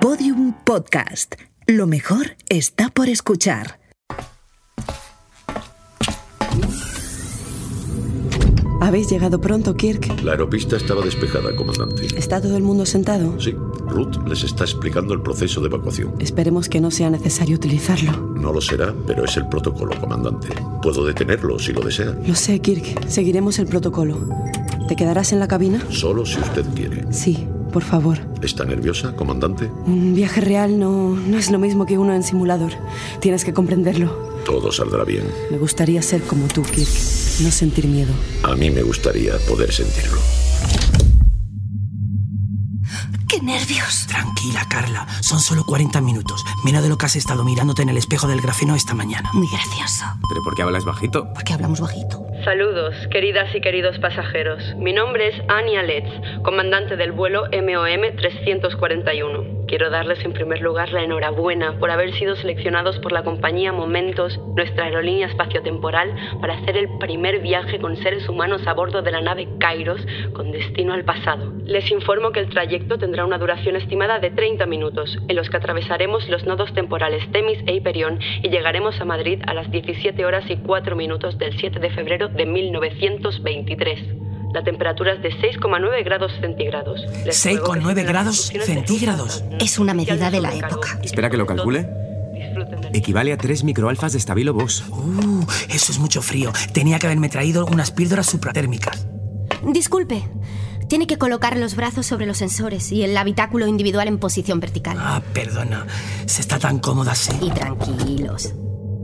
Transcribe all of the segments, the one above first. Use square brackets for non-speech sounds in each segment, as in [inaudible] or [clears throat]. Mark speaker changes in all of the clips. Speaker 1: Podium Podcast. Lo mejor está por escuchar.
Speaker 2: Habéis llegado pronto, Kirk.
Speaker 3: La aeropista estaba despejada, comandante.
Speaker 2: ¿Está todo el mundo sentado?
Speaker 3: Sí, Ruth les está explicando el proceso de evacuación.
Speaker 2: Esperemos que no sea necesario utilizarlo.
Speaker 3: No lo será, pero es el protocolo, comandante. Puedo detenerlo si lo desea.
Speaker 2: Lo sé, Kirk. Seguiremos el protocolo. ¿Te quedarás en la cabina?
Speaker 3: Solo si usted quiere.
Speaker 2: Sí, por favor.
Speaker 3: ¿Está nerviosa, comandante?
Speaker 2: Un viaje real no, no es lo mismo que uno en simulador. Tienes que comprenderlo.
Speaker 3: Todo saldrá bien.
Speaker 2: Me gustaría ser como tú, Kirk. No sentir miedo.
Speaker 3: A mí me gustaría poder sentirlo.
Speaker 4: ¡Qué nervios!
Speaker 5: Tranquila, Carla. Son solo 40 minutos. Mira de lo que has estado mirándote en el espejo del grafeno esta mañana.
Speaker 4: Muy gracioso.
Speaker 6: ¿Pero por qué hablas bajito?
Speaker 4: ¿Por qué hablamos bajito?
Speaker 7: Saludos, queridas y queridos pasajeros. Mi nombre es Ania Letz, comandante del vuelo MOM 341. Quiero darles en primer lugar la enhorabuena por haber sido seleccionados por la compañía Momentos, nuestra aerolínea espaciotemporal, para hacer el primer viaje con seres humanos a bordo de la nave Kairos con destino al pasado. Les informo que el trayecto tendrá una duración estimada de 30 minutos, en los que atravesaremos los nodos temporales Temis e Hiperión y llegaremos a Madrid a las 17 horas y 4 minutos del 7 de febrero de 1923. La temperatura es de 6,9 grados centígrados. Les ruego
Speaker 5: 6,9
Speaker 7: que sigan las
Speaker 5: grados
Speaker 7: instrucciones de-
Speaker 5: centígrados.
Speaker 4: Es una medida de la época.
Speaker 6: Espera que lo calcule.
Speaker 7: Disfruten del-
Speaker 6: Equivale a 3 microalfas de estabilo vos.
Speaker 5: Uh, eso es mucho frío. Tenía que haberme traído unas píldoras supratérmicas.
Speaker 8: Disculpe. Tiene que colocar los brazos sobre los sensores y el habitáculo individual en posición vertical.
Speaker 5: Ah, perdona. Se está tan cómoda así.
Speaker 8: Y tranquilos.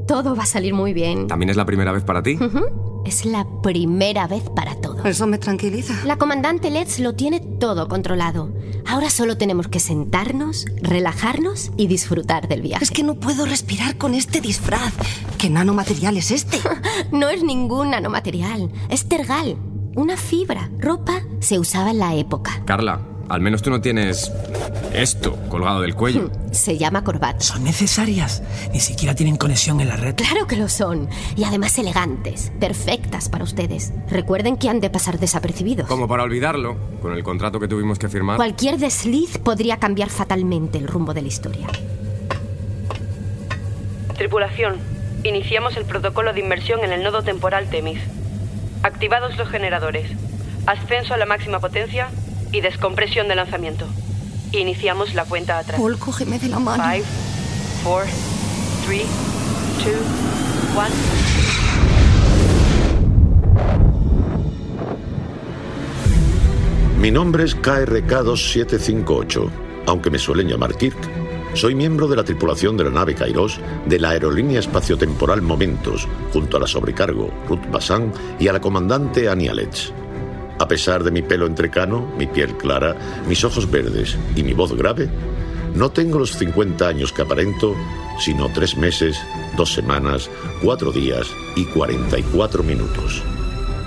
Speaker 8: Todo va a salir muy bien.
Speaker 6: ¿También es la primera vez para ti?
Speaker 8: Ujú. Es la primera vez para todo.
Speaker 9: Eso me tranquiliza.
Speaker 8: La comandante Letts lo tiene todo controlado. Ahora solo tenemos que sentarnos, relajarnos y disfrutar del viaje.
Speaker 9: Es que no puedo respirar con este disfraz. ¿Qué nanomaterial es este?
Speaker 8: [laughs] No es ningún nanomaterial, es tergal, una fibra, ropa se usaba en la época.
Speaker 6: Carla, al menos tú no tienes esto colgado del cuello.
Speaker 8: [laughs] Se llama corbata.
Speaker 5: ¿Son necesarias? Ni siquiera tienen conexión en la red.
Speaker 8: Claro que lo son, y además elegantes, perfectas para ustedes. Recuerden que han de pasar desapercibidos.
Speaker 6: Como para olvidarlo, con el contrato que tuvimos que firmar.
Speaker 8: Cualquier desliz podría cambiar fatalmente el rumbo de la historia.
Speaker 7: Tripulación, iniciamos el protocolo de inmersión en el nodo temporal Temis. Activados los generadores. Ascenso a la máxima potencia y descompresión de lanzamiento. Iniciamos la cuenta atrás.
Speaker 9: Paul, cógeme de la mano.
Speaker 7: 5, 4, 3, 2, 1.
Speaker 3: Mi nombre es KRK2758, aunque me suelen llamar Kirk. Soy miembro de la tripulación de la nave Kairos de la aerolínea espaciotemporal Momentos, junto a la sobrecargo Ruth Bassan y a la comandante Annie Letts. A pesar de mi pelo entrecano, mi piel clara, mis ojos verdes y mi voz grave, no tengo los 50 años que aparento, sino tres meses, dos semanas, cuatro días y 44 minutos.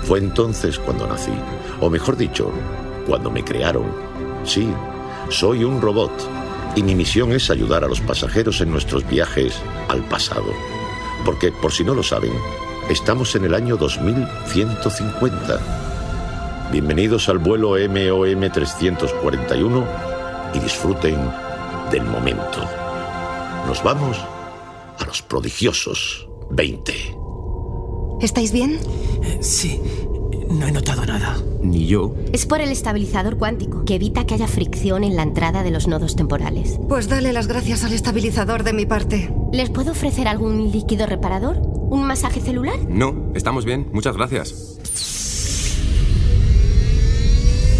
Speaker 3: Fue entonces cuando nací, o mejor dicho, cuando me crearon. Sí, soy un robot y mi misión es ayudar a los pasajeros en nuestros viajes al pasado. Porque, por si no lo saben, estamos en el año 2150. Bienvenidos al vuelo MOM 341 y disfruten del momento. Nos vamos a los prodigiosos 20.
Speaker 9: ¿Estáis bien?
Speaker 5: Eh, Sí, no he notado nada.
Speaker 6: Ni yo.
Speaker 8: Es por el estabilizador cuántico, que evita que haya fricción en la entrada de los nodos temporales.
Speaker 9: Pues dale las gracias al estabilizador de mi parte.
Speaker 8: ¿Les puedo ofrecer algún líquido reparador? ¿Un masaje celular?
Speaker 6: No, estamos bien, muchas gracias.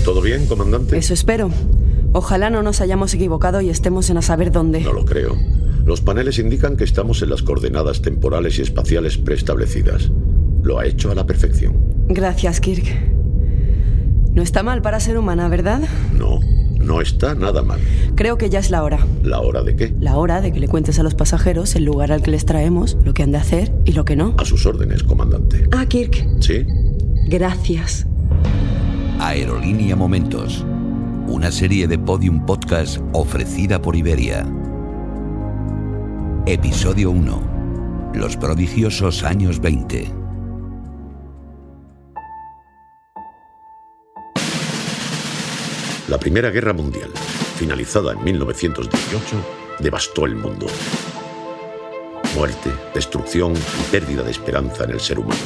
Speaker 3: ¿Todo bien, comandante?
Speaker 2: Eso espero. Ojalá no nos hayamos equivocado y estemos en a saber dónde.
Speaker 3: No lo creo. Los paneles indican que estamos en las coordenadas temporales y espaciales preestablecidas. Lo ha hecho a la perfección.
Speaker 2: Gracias, Kirk. No está mal para ser humana, ¿verdad?
Speaker 3: No, no está nada mal.
Speaker 2: Creo que ya es la hora.
Speaker 3: ¿La hora de qué?
Speaker 2: La hora de que le cuentes a los pasajeros el lugar al que les traemos, lo que han de hacer y lo que no.
Speaker 3: A sus órdenes, comandante.
Speaker 2: Ah, Kirk,
Speaker 3: ¿Sí?
Speaker 2: gracias.
Speaker 10: Aerolínea Momentos, una serie de podium podcast ofrecida por Iberia. Episodio 1. Los prodigiosos años 20.
Speaker 3: La Primera Guerra Mundial. finalizada en 1918, devastó el mundo. Muerte, destrucción y pérdida de esperanza en el ser humano.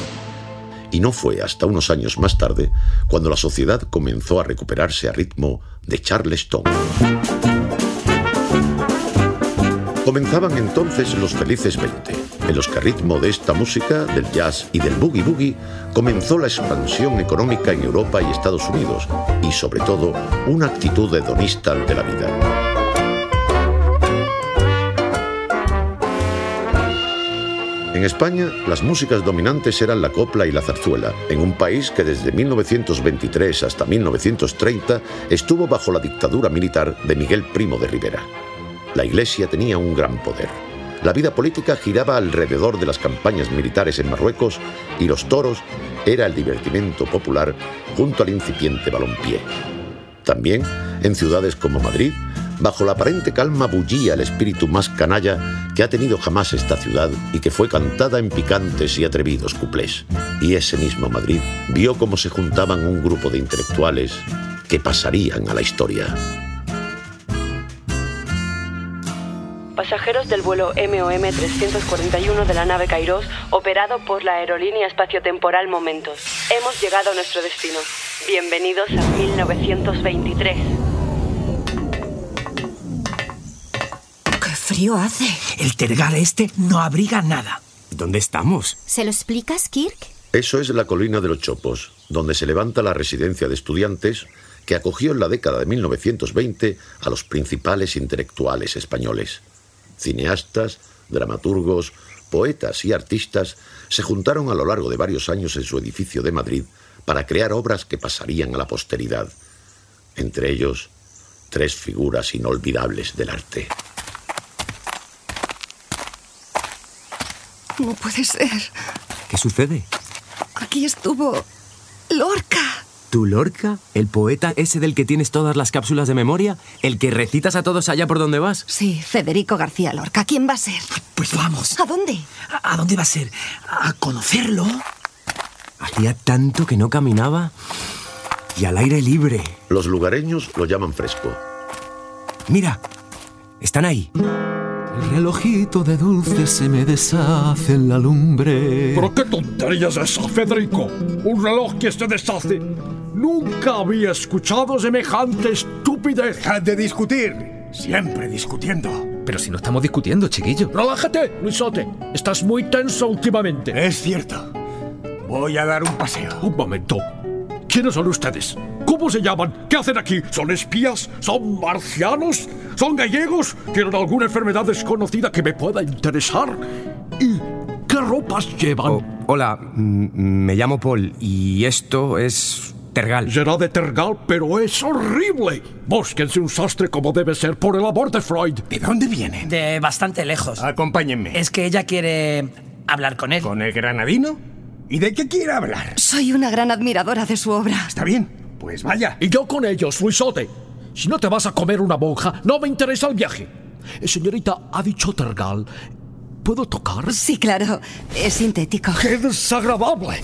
Speaker 3: Y no fue hasta unos años más tarde cuando la sociedad comenzó a recuperarse a ritmo de Charleston. Comenzaban entonces los felices 20, en los que a ritmo de esta música, del jazz y del boogie boogie, comenzó la expansión económica en Europa y Estados Unidos, y sobre todo una actitud hedonista ante la vida. En España, las músicas dominantes eran la copla y la zarzuela, en un país que desde 1923 hasta 1930 estuvo bajo la dictadura militar de Miguel Primo de Rivera. La Iglesia tenía un gran poder. La vida política giraba alrededor de las campañas militares en Marruecos y los toros era el divertimento popular junto al incipiente balompié. También, en ciudades como Madrid, bajo la aparente calma bullía el espíritu más canalla que ha tenido jamás esta ciudad y que fue cantada en picantes y atrevidos cuplés. Y ese mismo Madrid vio cómo se juntaban un grupo de intelectuales que pasarían a la historia.
Speaker 7: Pasajeros del vuelo MOM 341 de la nave Kairos, operado por la aerolínea espaciotemporal Momentos. Hemos llegado a nuestro destino. Bienvenidos a 1923.
Speaker 9: ¡Qué frío hace!
Speaker 5: El tergal este no abriga nada.
Speaker 6: ¿Dónde estamos?
Speaker 8: ¿Se lo explicas, Kirk?
Speaker 3: Eso es la colina de los Chopos, donde se levanta la residencia de estudiantes que acogió en la década de 1920 a los principales intelectuales españoles. Cineastas, dramaturgos, poetas y artistas se juntaron a lo largo de varios años en su edificio de Madrid para crear obras que pasarían a la posteridad. Entre ellos, tres figuras inolvidables del arte.
Speaker 9: No puede ser.
Speaker 6: ¿Qué sucede?
Speaker 9: Aquí estuvo Lorca.
Speaker 6: ¿Tu Lorca? ¿El poeta ese del que tienes todas las cápsulas de memoria? ¿El que recitas a todos allá por donde vas?
Speaker 9: Sí, Federico García Lorca. ¿Quién va a ser?
Speaker 5: Pues vamos.
Speaker 9: ¿A dónde?
Speaker 5: ¿A, a dónde va a ser? ¿A conocerlo?
Speaker 6: Hacía tanto que no caminaba y al aire libre.
Speaker 3: Los lugareños lo llaman fresco.
Speaker 6: Mira, están ahí.
Speaker 11: El relojito de dulce se me deshace en la lumbre.
Speaker 12: ¿Pero qué tontería es esa, Federico? Un reloj que se deshace. Nunca había escuchado semejante estupidez.
Speaker 13: Dejad de discutir. Siempre discutiendo.
Speaker 6: Pero si no estamos discutiendo, chiquillo.
Speaker 12: Relájate, Luisote. Estás muy tenso últimamente.
Speaker 13: Es cierto. Voy a dar un paseo.
Speaker 12: Un momento. ¿Quiénes son ustedes? ¿Cómo se llaman? ¿Qué hacen aquí? ¿Son espías? ¿Son marcianos? ¿Son gallegos? ¿Tienen alguna enfermedad desconocida que me pueda interesar? ¿Y qué ropas llevan? Oh,
Speaker 6: hola, me llamo Paul y esto es Tergal.
Speaker 12: Será de Tergal, pero es horrible. Búsquense un sastre como debe ser, por el amor de Freud.
Speaker 13: ¿De dónde vienen?
Speaker 5: De bastante lejos.
Speaker 13: Acompáñenme.
Speaker 5: Es que ella quiere hablar con él.
Speaker 13: ¿Con el granadino? ¿Y de qué quiere hablar?
Speaker 9: Soy una gran admiradora de su obra.
Speaker 13: Está bien, pues vaya.
Speaker 12: Y yo con ellos, Luisote. Si no te vas a comer una monja, no me interesa el viaje. Eh, Señorita, ha dicho Tergal. ¿Puedo tocar?
Speaker 9: Sí, claro. Es sintético.
Speaker 12: ¡Qué desagradable!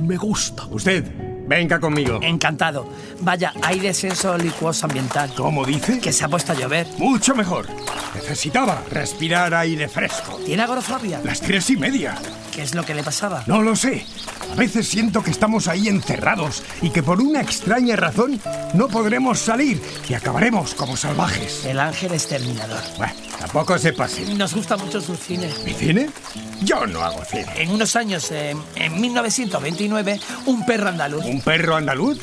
Speaker 12: Me gusta.
Speaker 13: Usted, venga conmigo.
Speaker 5: Encantado. Vaya, hay descenso licuoso ambiental.
Speaker 13: ¿Cómo dice?
Speaker 5: Que se ha puesto a llover.
Speaker 13: Mucho mejor. Necesitaba respirar aire fresco.
Speaker 5: ¿Tiene agorofobia?
Speaker 13: Las tres y media.
Speaker 5: ¿Qué es lo que le pasaba?
Speaker 13: No lo sé. A veces siento que estamos ahí encerrados y que por una extraña razón no podremos salir y acabaremos como salvajes.
Speaker 5: El ángel exterminador.
Speaker 13: Bueno, tampoco se pase.
Speaker 5: Nos gusta mucho su cine.
Speaker 13: ¿Mi cine? Yo no hago cine.
Speaker 5: En unos años, eh, en 1929, un perro andaluz.
Speaker 13: ¿Un perro andaluz?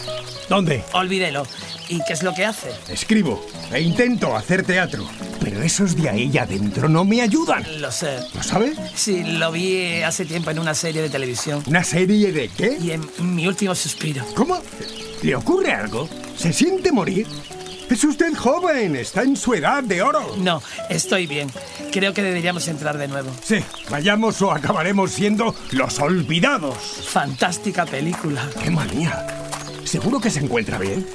Speaker 13: ¿Dónde?
Speaker 5: Olvídelo. ¿Y qué es lo que hace?
Speaker 13: Escribo e intento hacer teatro. Pero esos de ahí adentro no me ayudan.
Speaker 5: Lo sé.
Speaker 13: ¿Lo sabe?
Speaker 5: Sí, lo vi eh, hace tiempo en una serie de televisión.
Speaker 13: ¿Una serie de qué?
Speaker 5: Y en mi último suspiro.
Speaker 13: ¿Cómo? ¿Le ocurre algo? ¿Se siente morir? Es usted joven, está en su edad de oro.
Speaker 5: No, estoy bien. Creo que deberíamos entrar de nuevo.
Speaker 13: Sí, vayamos o acabaremos siendo los olvidados.
Speaker 5: Fantástica película.
Speaker 13: ¡Qué manía! ¿Seguro que se encuentra bien?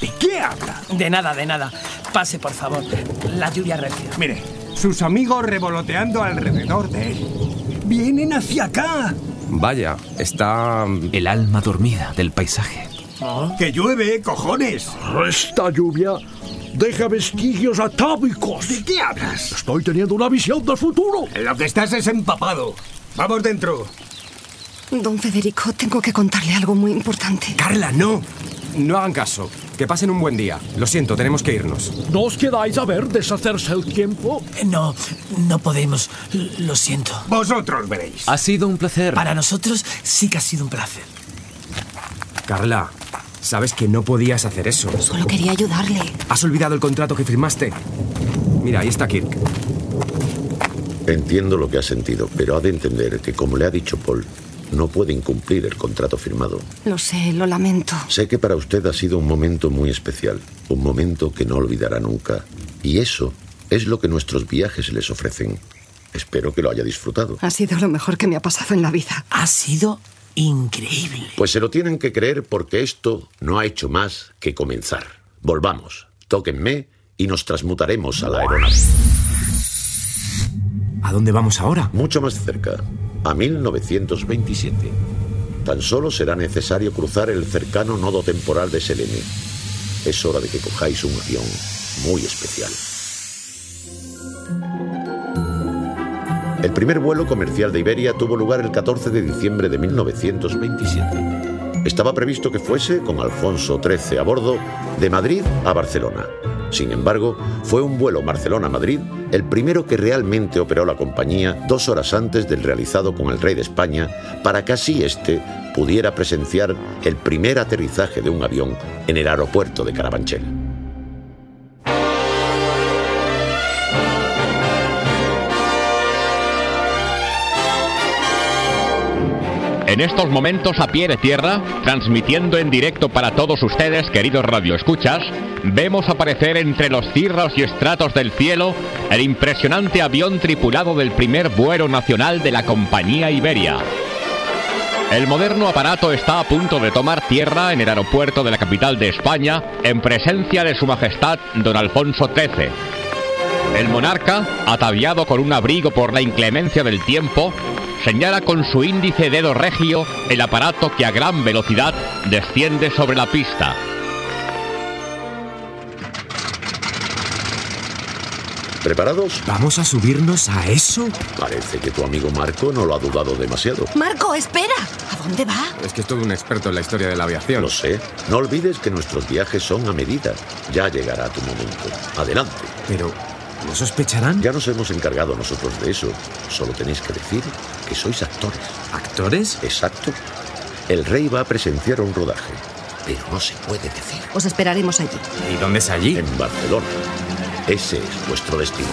Speaker 13: ¿De qué habla?
Speaker 5: De nada, de nada. Pase, por favor. La lluvia recia.
Speaker 13: Mire, sus amigos revoloteando alrededor de él. ¡Vienen hacia acá!
Speaker 6: Vaya, está...
Speaker 14: El alma dormida del paisaje.
Speaker 13: Ah. ¡Que llueve, cojones!
Speaker 12: Esta lluvia deja vestigios atávicos.
Speaker 13: ¿De qué hablas?
Speaker 12: Estoy teniendo una visión del futuro.
Speaker 13: En lo que estás es empapado. Vamos dentro.
Speaker 9: Don Federico, tengo que contarle algo muy importante.
Speaker 6: Carla, no. No hagan caso. Que pasen un buen día. Lo siento, tenemos que irnos.
Speaker 12: ¿No os quedáis a ver deshacerse el tiempo?
Speaker 5: Eh, No, no podemos. L- Lo siento.
Speaker 13: Vosotros veréis.
Speaker 6: Ha sido un placer.
Speaker 5: Para nosotros sí que ha sido un placer.
Speaker 6: Carla, sabes que no podías hacer eso.
Speaker 9: Solo quería ayudarle.
Speaker 6: Has olvidado el contrato que firmaste. Mira, ahí está Kirk.
Speaker 3: Entiendo lo que ha sentido, pero ha de entender que, como le ha dicho Paul, no puede incumplir el contrato firmado.
Speaker 9: Lo sé, lo lamento.
Speaker 3: Sé que para usted ha sido un momento muy especial, un momento que no olvidará nunca. Y eso es lo que nuestros viajes les ofrecen. Espero que lo haya disfrutado.
Speaker 9: Ha sido lo mejor que me ha pasado en la vida.
Speaker 5: Ha sido increíble.
Speaker 3: Pues se lo tienen que creer porque esto no ha hecho más que comenzar. Volvamos, tóquenme y nos transmutaremos a la aeronave.
Speaker 6: ¿A dónde vamos ahora?
Speaker 3: Mucho más cerca, a 1927. Tan solo será necesario cruzar el cercano nodo temporal de Selene. Es hora de que cojáis un avión muy especial. El primer vuelo comercial de Iberia tuvo lugar el 14 de diciembre de 1927. Estaba previsto que fuese, con Alfonso XIII a bordo, de Madrid a Barcelona. Sin embargo, fue un vuelo Barcelona-Madrid el primero que realmente operó la compañía dos horas antes del realizado con el rey de España para que así éste pudiera presenciar el primer aterrizaje de un avión en el aeropuerto de Carabanchel.
Speaker 14: En estos momentos a pie de tierra, transmitiendo en directo para todos ustedes, queridos radioescuchas, vemos aparecer entre los cirros y estratos del cielo el impresionante avión tripulado del primer vuelo nacional de la compañía Iberia. El moderno aparato está a punto de tomar tierra en el aeropuerto de la capital de España en presencia de Su Majestad Don Alfonso XIII. El monarca, ataviado con un abrigo por la inclemencia del tiempo, señala con su índice dedo regio el aparato que a gran velocidad desciende sobre la pista.
Speaker 3: ¿Preparados?
Speaker 6: ¿Vamos a subirnos a Ah, eso?
Speaker 3: Parece que tu amigo Marco no lo ha dudado demasiado.
Speaker 9: Marco, espera. ¿A dónde va?
Speaker 6: Es que es todo un experto en la historia de la aviación.
Speaker 3: Lo sé. No olvides que nuestros viajes son a medida. Ya llegará tu momento. Adelante.
Speaker 6: Pero, ¿no sospecharán?
Speaker 3: Ya nos hemos encargado nosotros de eso. Solo tenéis que decir que sois actores.
Speaker 6: ¿Actores?
Speaker 3: Exacto. El rey va a presenciar un rodaje, pero no se puede decir.
Speaker 9: Os esperaremos allí.
Speaker 6: ¿Y dónde es allí?
Speaker 3: En Barcelona. Ese es vuestro destino.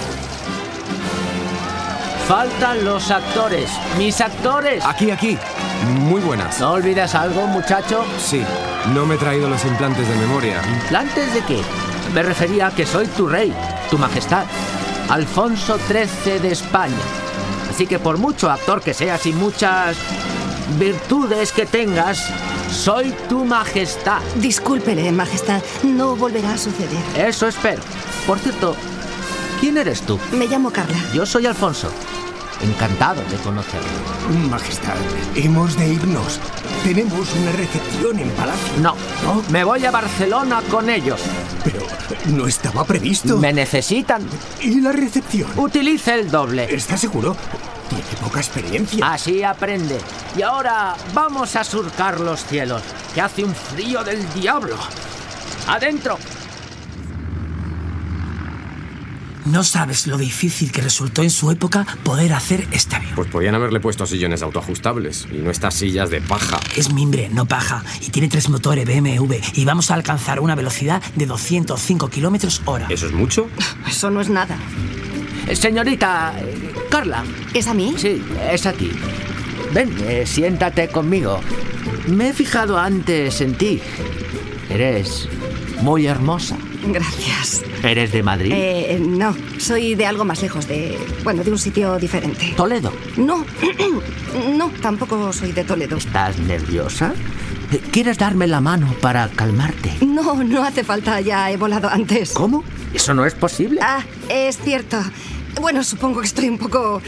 Speaker 15: Faltan los actores. ¡Mis actores!
Speaker 6: Aquí, aquí. Muy buenas.
Speaker 15: ¿No olvidas algo, muchacho?
Speaker 6: Sí. No me he traído los implantes de memoria.
Speaker 15: ¿Implantes de qué? Me refería a que soy tu rey, tu majestad, Alfonso XIII de España. Así que por mucho actor que seas y muchas virtudes que tengas, soy tu majestad.
Speaker 9: Discúlpele, Majestad. No volverá a suceder.
Speaker 15: Eso espero. Por cierto, ¿quién eres tú?
Speaker 9: Me llamo Carla.
Speaker 15: Yo soy Alfonso. Encantado de conocerlo.
Speaker 13: Majestad, hemos de irnos. Tenemos una recepción en palacio.
Speaker 15: No, me voy a Barcelona con ellos.
Speaker 13: Pero no estaba previsto.
Speaker 15: Me necesitan.
Speaker 13: ¿Y la recepción?
Speaker 15: Utilice el doble.
Speaker 13: ¿Estás seguro? Tiene poca experiencia.
Speaker 15: Así aprende. Y ahora vamos a surcar los cielos, que hace un frío del diablo. ¡Adentro!
Speaker 5: No sabes lo difícil que resultó en su época poder hacer este avión.
Speaker 6: Pues podían haberle puesto sillones autoajustables y no estas sillas de paja.
Speaker 5: Es mimbre, no paja, y tiene tres motores BMW, y vamos a alcanzar una velocidad de 205 kilómetros hora.
Speaker 6: ¿Eso es mucho?
Speaker 9: Eso no es nada.
Speaker 15: Eh, Señorita eh, Carla.
Speaker 9: ¿Es a mí?
Speaker 15: Sí, es a ti. Ven, eh, siéntate conmigo. Me he fijado antes en ti. Eres muy hermosa.
Speaker 9: Gracias.
Speaker 15: ¿Eres de Madrid?
Speaker 9: Eh, no, soy de algo más lejos, de. Bueno, de un sitio diferente.
Speaker 15: Toledo.
Speaker 9: No, [clears throat] no, tampoco soy de Toledo.
Speaker 15: ¿Estás nerviosa? Eh, ¿Quieres darme la mano para calmarte?
Speaker 9: No, no hace falta, ya he volado antes.
Speaker 15: ¿Cómo? Eso no es posible.
Speaker 9: Ah, es cierto. Bueno, supongo que estoy un poco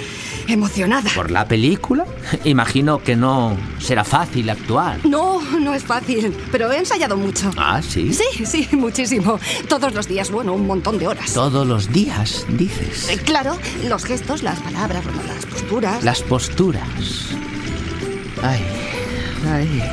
Speaker 9: emocionada.
Speaker 15: ¿Por la película? Imagino que no será fácil actuar.
Speaker 9: No, no es fácil, pero he ensayado mucho.
Speaker 15: Ah, sí.
Speaker 9: Sí, sí, muchísimo. Todos los días, bueno, un montón de horas.
Speaker 15: Todos los días, dices.
Speaker 9: Eh, Claro, los gestos, las palabras, bueno, las posturas.
Speaker 15: Las posturas. Ay, ay.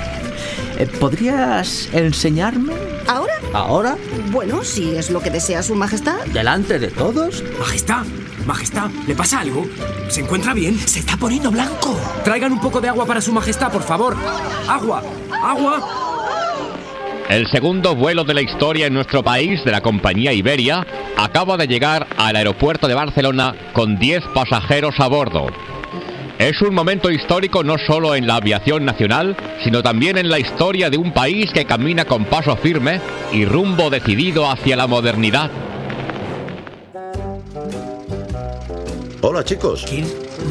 Speaker 15: Eh, ¿Podrías enseñarme?
Speaker 9: ¿Ahora?
Speaker 15: ¿Ahora?
Speaker 9: Bueno, si es lo que desea su majestad.
Speaker 15: ¿Delante de todos?
Speaker 5: Majestad, majestad, ¿le pasa algo? ¿Se encuentra bien? Se está poniendo blanco. Traigan un poco de agua para su majestad, por favor. Agua, agua.
Speaker 14: El segundo vuelo de la historia en nuestro país de la compañía Iberia acaba de llegar al aeropuerto de Barcelona con 10 pasajeros a bordo. Es un momento histórico no solo en la aviación nacional, sino también en la historia de un país que camina con paso firme y rumbo decidido hacia la modernidad.
Speaker 3: Hola chicos.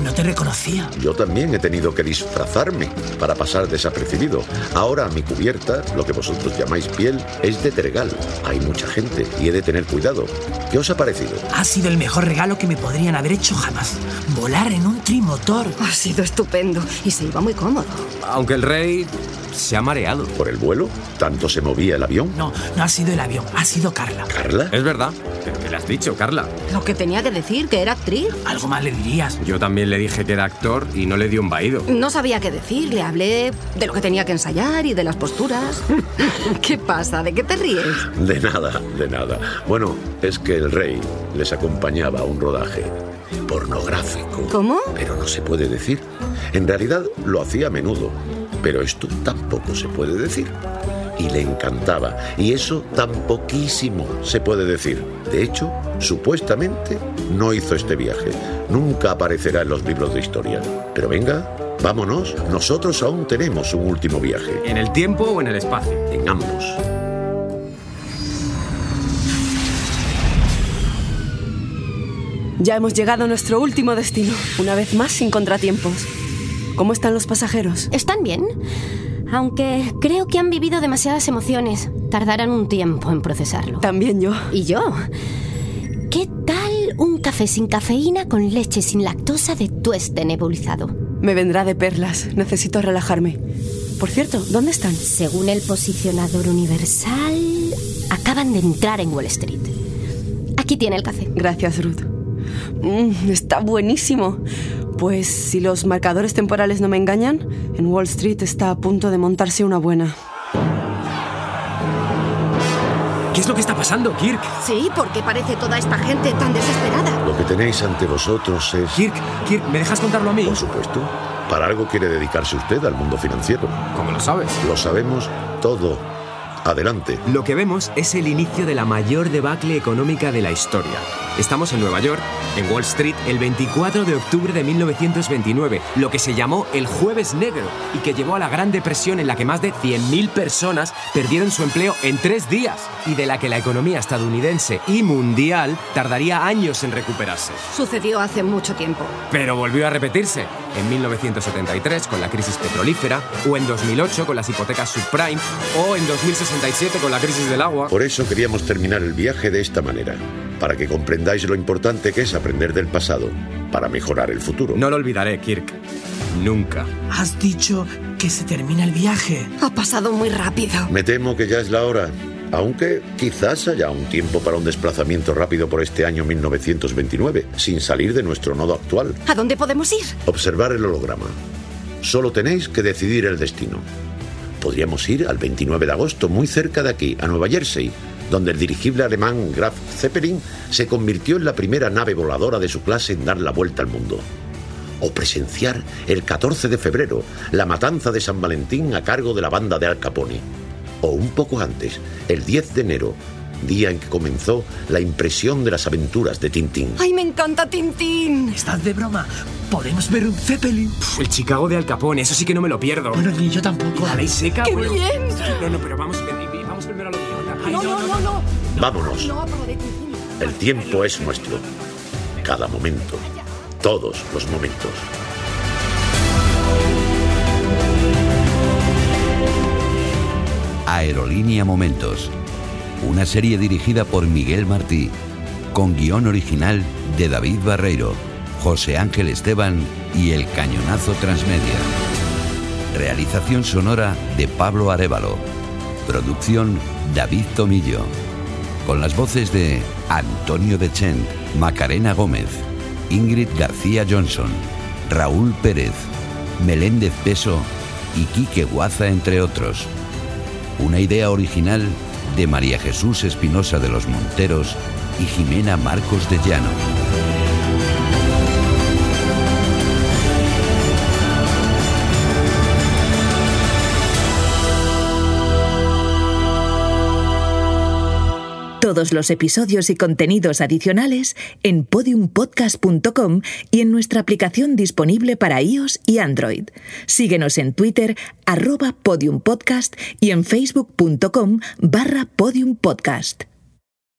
Speaker 5: No te reconocía.
Speaker 3: Yo también he tenido que disfrazarme para pasar desapercibido. Ahora mi cubierta, lo que vosotros llamáis piel, es de tergal. Hay mucha gente y he de tener cuidado. ¿Qué os ha parecido?
Speaker 5: Ha sido el mejor regalo que me podrían haber hecho jamás. Volar en un trimotor.
Speaker 9: Ha sido estupendo y se iba muy cómodo.
Speaker 3: Aunque el rey se ha mareado. ¿Por el vuelo? ¿Tanto se movía el avión?
Speaker 5: No, no ha sido el avión, ha sido Carla.
Speaker 3: ¿Carla?
Speaker 6: Es verdad. ¿Pero qué le has dicho, Carla?
Speaker 9: Lo que tenía que decir, que era actriz.
Speaker 5: Algo más le dirías.
Speaker 6: Yo también le dije que era actor y no le di un vaído.
Speaker 9: No sabía qué decir, le hablé de lo que tenía que ensayar y de las posturas. ¿Qué pasa? ¿De qué te ríes?
Speaker 3: De nada, de nada. Bueno, es que el rey les acompañaba a un rodaje pornográfico.
Speaker 9: ¿Cómo?
Speaker 3: Pero no se puede decir. En realidad lo hacía a menudo, pero esto tampoco se puede decir. Y le encantaba. Y eso tampoquísimo se puede decir. De hecho, supuestamente no hizo este viaje. Nunca aparecerá en los libros de historia. Pero venga, vámonos. Nosotros aún tenemos un último viaje.
Speaker 6: ¿En el tiempo o en el espacio?
Speaker 3: En ambos.
Speaker 2: Ya hemos llegado a nuestro último destino, una vez más sin contratiempos. ¿Cómo están los pasajeros?
Speaker 8: ¿Están bien? Aunque creo que han vivido demasiadas emociones. Tardarán un tiempo en procesarlo.
Speaker 2: También yo.
Speaker 8: ¿Y yo? ¿Qué tal un café sin cafeína con leche sin lactosa de tueste nebulizado?
Speaker 2: Me vendrá de perlas. Necesito relajarme. Por cierto, ¿dónde están?
Speaker 8: Según el posicionador universal, acaban de entrar en Wall Street. Aquí tiene el café.
Speaker 2: Gracias, Ruth. Mm, está buenísimo. Pues si los marcadores temporales no me engañan, en Wall Street está a punto de montarse una buena.
Speaker 5: ¿Qué es lo que está pasando, Kirk?
Speaker 9: Sí, porque parece toda esta gente tan desesperada.
Speaker 3: Lo que tenéis ante vosotros es...
Speaker 5: Kirk, Kirk, ¿me dejas contarlo a mí?
Speaker 3: Por supuesto. Para algo quiere dedicarse usted al mundo financiero.
Speaker 6: ¿Cómo lo sabes?
Speaker 3: Lo sabemos todo. Adelante.
Speaker 6: Lo que vemos es el inicio de la mayor debacle económica de la historia. Estamos en Nueva York, en Wall Street, el 24 de octubre de 1929, lo que se llamó el Jueves Negro y que llevó a la Gran Depresión en la que más de 100.000 personas perdieron su empleo en tres días y de la que la economía estadounidense y mundial tardaría años en recuperarse.
Speaker 9: Sucedió hace mucho tiempo.
Speaker 6: Pero volvió a repetirse en 1973 con la crisis petrolífera, o en 2008 con las hipotecas subprime, o en 2067 con la crisis del agua.
Speaker 3: Por eso queríamos terminar el viaje de esta manera, para que comprendáis lo importante que es aprender del pasado para mejorar el futuro.
Speaker 6: No lo olvidaré, Kirk. Nunca.
Speaker 5: Has dicho que se termina el viaje.
Speaker 9: Ha pasado muy rápido.
Speaker 3: Me temo que ya es la hora. Aunque quizás haya un tiempo para un desplazamiento rápido por este año 1929, sin salir de nuestro nodo actual.
Speaker 9: ¿A dónde podemos ir?
Speaker 3: Observar el holograma. Solo tenéis que decidir el destino. Podríamos ir al 29 de agosto, muy cerca de aquí, a Nueva Jersey, donde el dirigible alemán Graf Zeppelin se convirtió en la primera nave voladora de su clase en dar la vuelta al mundo. O presenciar el 14 de febrero la matanza de San Valentín a cargo de la banda de Al Capone. O un poco antes, el 10 de enero, día en que comenzó la impresión de las aventuras de Tintín.
Speaker 9: ¡Ay, me encanta Tintín!
Speaker 5: ¿Estás de broma? ¿Podemos ver un Zeppelin?
Speaker 6: Pf, el Chicago de Al Capone, eso sí que no me lo pierdo.
Speaker 5: Bueno, ni yo tampoco.
Speaker 6: La ley seca.
Speaker 9: ¡Qué
Speaker 6: bueno.
Speaker 9: bien!
Speaker 6: No, no, pero vamos, vamos primero a lo que
Speaker 9: No, no, no, no.
Speaker 3: Vámonos.
Speaker 9: No, pero de Tintín.
Speaker 3: El tiempo es nuestro. Cada momento. Todos los momentos.
Speaker 10: Aerolínea Momentos. Una serie dirigida por Miguel Martí, con guión original de David Barreiro, José Ángel Esteban y El Cañonazo Transmedia. Realización sonora de Pablo Arevalo. Producción David Tomillo. Con las voces de Antonio Dechent, Macarena Gómez, Ingrid García Johnson, Raúl Pérez, Meléndez Peso y Quique Guaza, entre otros. Una idea original de María Jesús Espinosa de los Monteros y Jimena Marcos de Llano.
Speaker 9: Todos los episodios y contenidos adicionales en podiumpodcast.com y en nuestra aplicación disponible para iOS y Android. Síguenos en Twitter, arroba podiumpodcast y en facebook.com barra podiumpodcast.